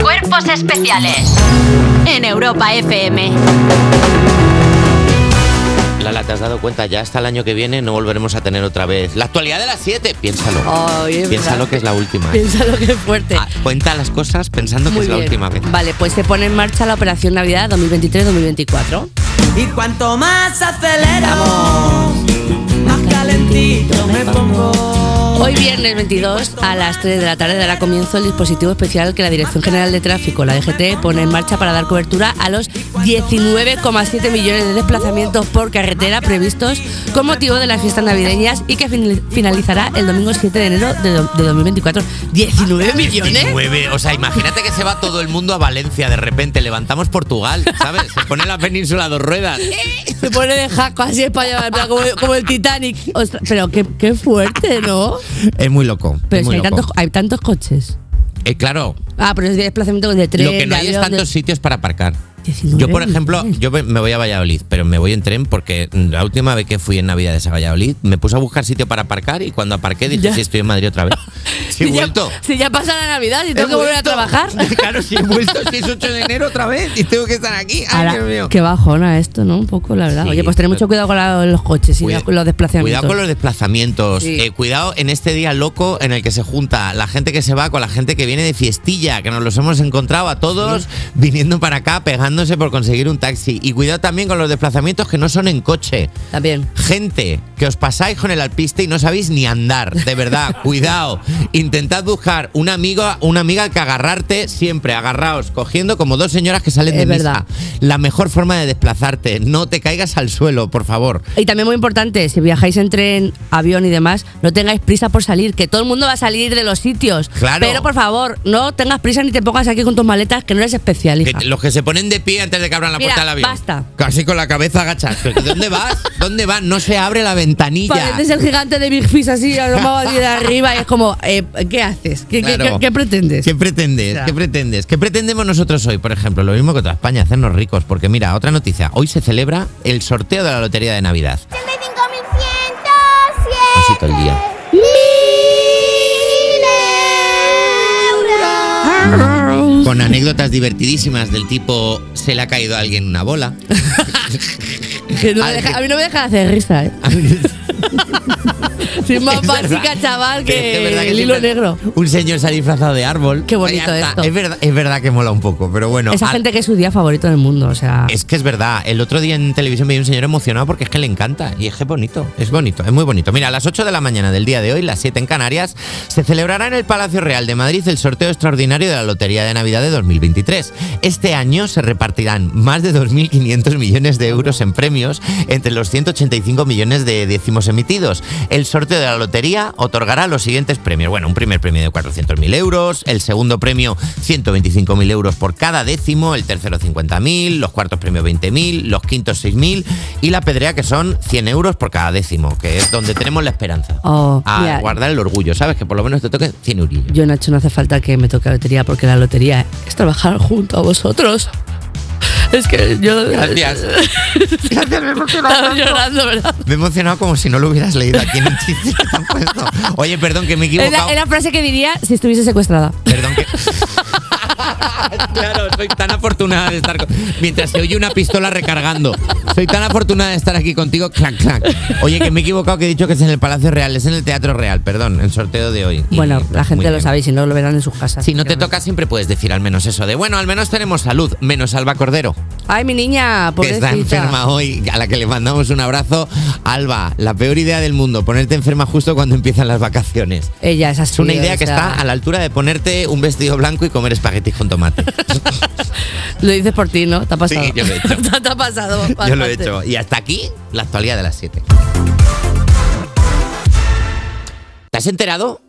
Cuerpos especiales en Europa FM. Lala, ¿te has dado cuenta? Ya hasta el año que viene no volveremos a tener otra vez la actualidad de las 7. Piénsalo. Ay, es Piénsalo verdad. que es la última. ¿eh? Piénsalo que es fuerte. Ah, Cuenta las cosas pensando que Muy es la bien. última vez. Vale, pues se pone en marcha la operación Navidad 2023-2024. Y cuanto más aceleramos, más calentito me pongo. Hoy viernes 22 a las 3 de la tarde dará comienzo el dispositivo especial que la Dirección General de Tráfico, la DGT, pone en marcha para dar cobertura a los 19,7 millones de desplazamientos por carretera previstos con motivo de las fiestas navideñas y que fin- finalizará el domingo 7 de enero de, do- de 2024. ¿19 millones? 19, o sea, imagínate que se va todo el mundo a Valencia de repente. Levantamos Portugal, ¿sabes? Se pone la península a dos ruedas. Se pone de jaco así español, en plan, como, como el Titanic. Ostras, pero qué, qué fuerte, ¿no? Es muy loco. Pero es es muy que hay loco. tantos, hay tantos coches. Eh, claro, Ah, pero es de desplazamiento de tren, lo que no de hay es avión, de- tantos sitios para aparcar. 19 Yo, por ejemplo, millones. yo me me voy a Valladolid, pero me voy en tren porque la última vez que fui en Navidades a Valladolid me puse a buscar sitio para aparcar y cuando aparqué dije, Ya. si estoy en Madrid otra vez. Si he ya- vuelto. si ya pasa la Navidad y He tengo que volver a vuelto. trabajar. Claro, si he vuelto, si es 8 de enero otra vez y tengo que estar aquí. Ay, Ahora, Dios mío. qué bajona esto, ¿no? Un poco, la verdad. Sí. Oye, pues tener mucho cuidado con la- los coches y Cuida- la- los desplazamientos. Cuidado con los desplazamientos. Sí. Eh, cuidado en este día loco en el que se junta la gente que se va con la gente que viene de fiestilla, que nos los hemos encontrado a todos viniendo para acá, pegándose por conseguir un taxi. Y cuidado también con los desplazamientos que no son en coche. También. Gente, que os pasáis con el alpiste y no sabéis ni andar, de verdad, cuidado. Intentad buscar un amigo, una amiga que agarrarte siempre, agarraos, cogiendo como dos señoras que salen de Es misa. verdad. La mejor forma de desplazarte, no te caigas al suelo, por favor. Y también muy importante, si viajáis en tren, avión y demás, no tengáis prisa por salir, que todo el mundo va a salir de los sitios. Claro. Pero por favor, no tengas prisa ni te pongas aquí con tus maletas, que no eres especialista. Que- los que se ponen de pie antes de que abran la Mira, puerta del avión. basta. Casi con la cabeza agachada. Pero, ¿Dónde vas? ¿Dónde vas? No se abre la ventanilla. Pareces el gigante de Big Fish así, aromado así de arriba, y es como, eh, ¿qué haces? ¿Qué, qué- Claro. qué- qué pretendes? ¿Qué pretendes? Ya. ¿Qué pretendes? ¿Qué pretendemos nosotros hoy, por ejemplo? Lo mismo que toda España, hacernos ricos. Porque mira, otra noticia. Hoy se celebra el sorteo de la Lotería de Navidad. 85.107 Así todo el día. ¡Mil euros! Con anécdotas divertidísimas del tipo se le ha caído a alguien una bola. Que no me Al- deja- a mí no me deja de hacer risa, ¿eh? Soy más Es verdad. básica, chaval, Es que, verdad el hilo siempre negro. Un señor se ha disfrazado de árbol. Qué bonito Ya está. esto. Es verdad, es verdad que mola un poco, pero bueno. Esa al- gente que es su día favorito del mundo, o sea. Es que es verdad. El otro día en televisión veía un señor emocionado porque es que le encanta. Y es que es bonito. Es bonito, es muy bonito. Mira, a las 8 de la mañana del día de hoy, las 7 en Canarias, se celebrará en el Palacio Real de Madrid el sorteo extraordinario de la Lotería de Navidad de 2023. Este año se repartirán más de 2.500 millones de euros en premios entre los 185 millones de décimos emitidos. El sorteo de la lotería otorgará los siguientes premios. Bueno, un primer premio de 400.000 euros, el segundo premio 125.000 euros por cada décimo, el tercero 50.000, los cuartos premios 20.000, los quintos 6.000 y la pedrea que son 100 euros por cada décimo, que es donde tenemos la esperanza. Oh, a mira. guardar el orgullo, ¿sabes? Que por lo menos te toque 100 eurillos. Yo, Nacho, no hace falta que me toque la lotería porque la lotería es trabajar junto a vosotros. Es que yo. Gracias. Estaba llorando, ¿verdad? Me he emocionado como si no lo hubieras leído aquí en el chiste que te han puesto. Oye, perdón, que me he Es equivocado. la, es la frase que diría si estuviese secuestrada. Perdón que. claro, soy tan afortunada de estar. con- Mientras se oye una pistola recargando. Soy tan afortunada de estar aquí contigo. Clac, clac. Oye, que me he equivocado que he dicho que es en el Palacio Real, es en el Teatro Real, perdón, el sorteo de hoy. Y- Bueno, la muy gente lo bien. sabe y si no lo verán en sus casas. Si no te toca, siempre puedes decir al menos eso de bueno, al menos tenemos salud, menos Alba Cordero, Ay, mi niña, que está pobrecita. enferma hoy, a la que le mandamos un abrazo. Alba, la peor idea del mundo, ponerte enferma justo cuando empiezan las vacaciones. Ella es así. Es una o idea que sea, está a la altura de ponerte un vestido blanco y comer espaguetis con tomate. Lo dices por ti, ¿no? Te ha pasado. Sí, yo lo he hecho. Te ha pasado. Yo lo he bastante. hecho. Y hasta aquí la actualidad de las 7. ¿Te has enterado?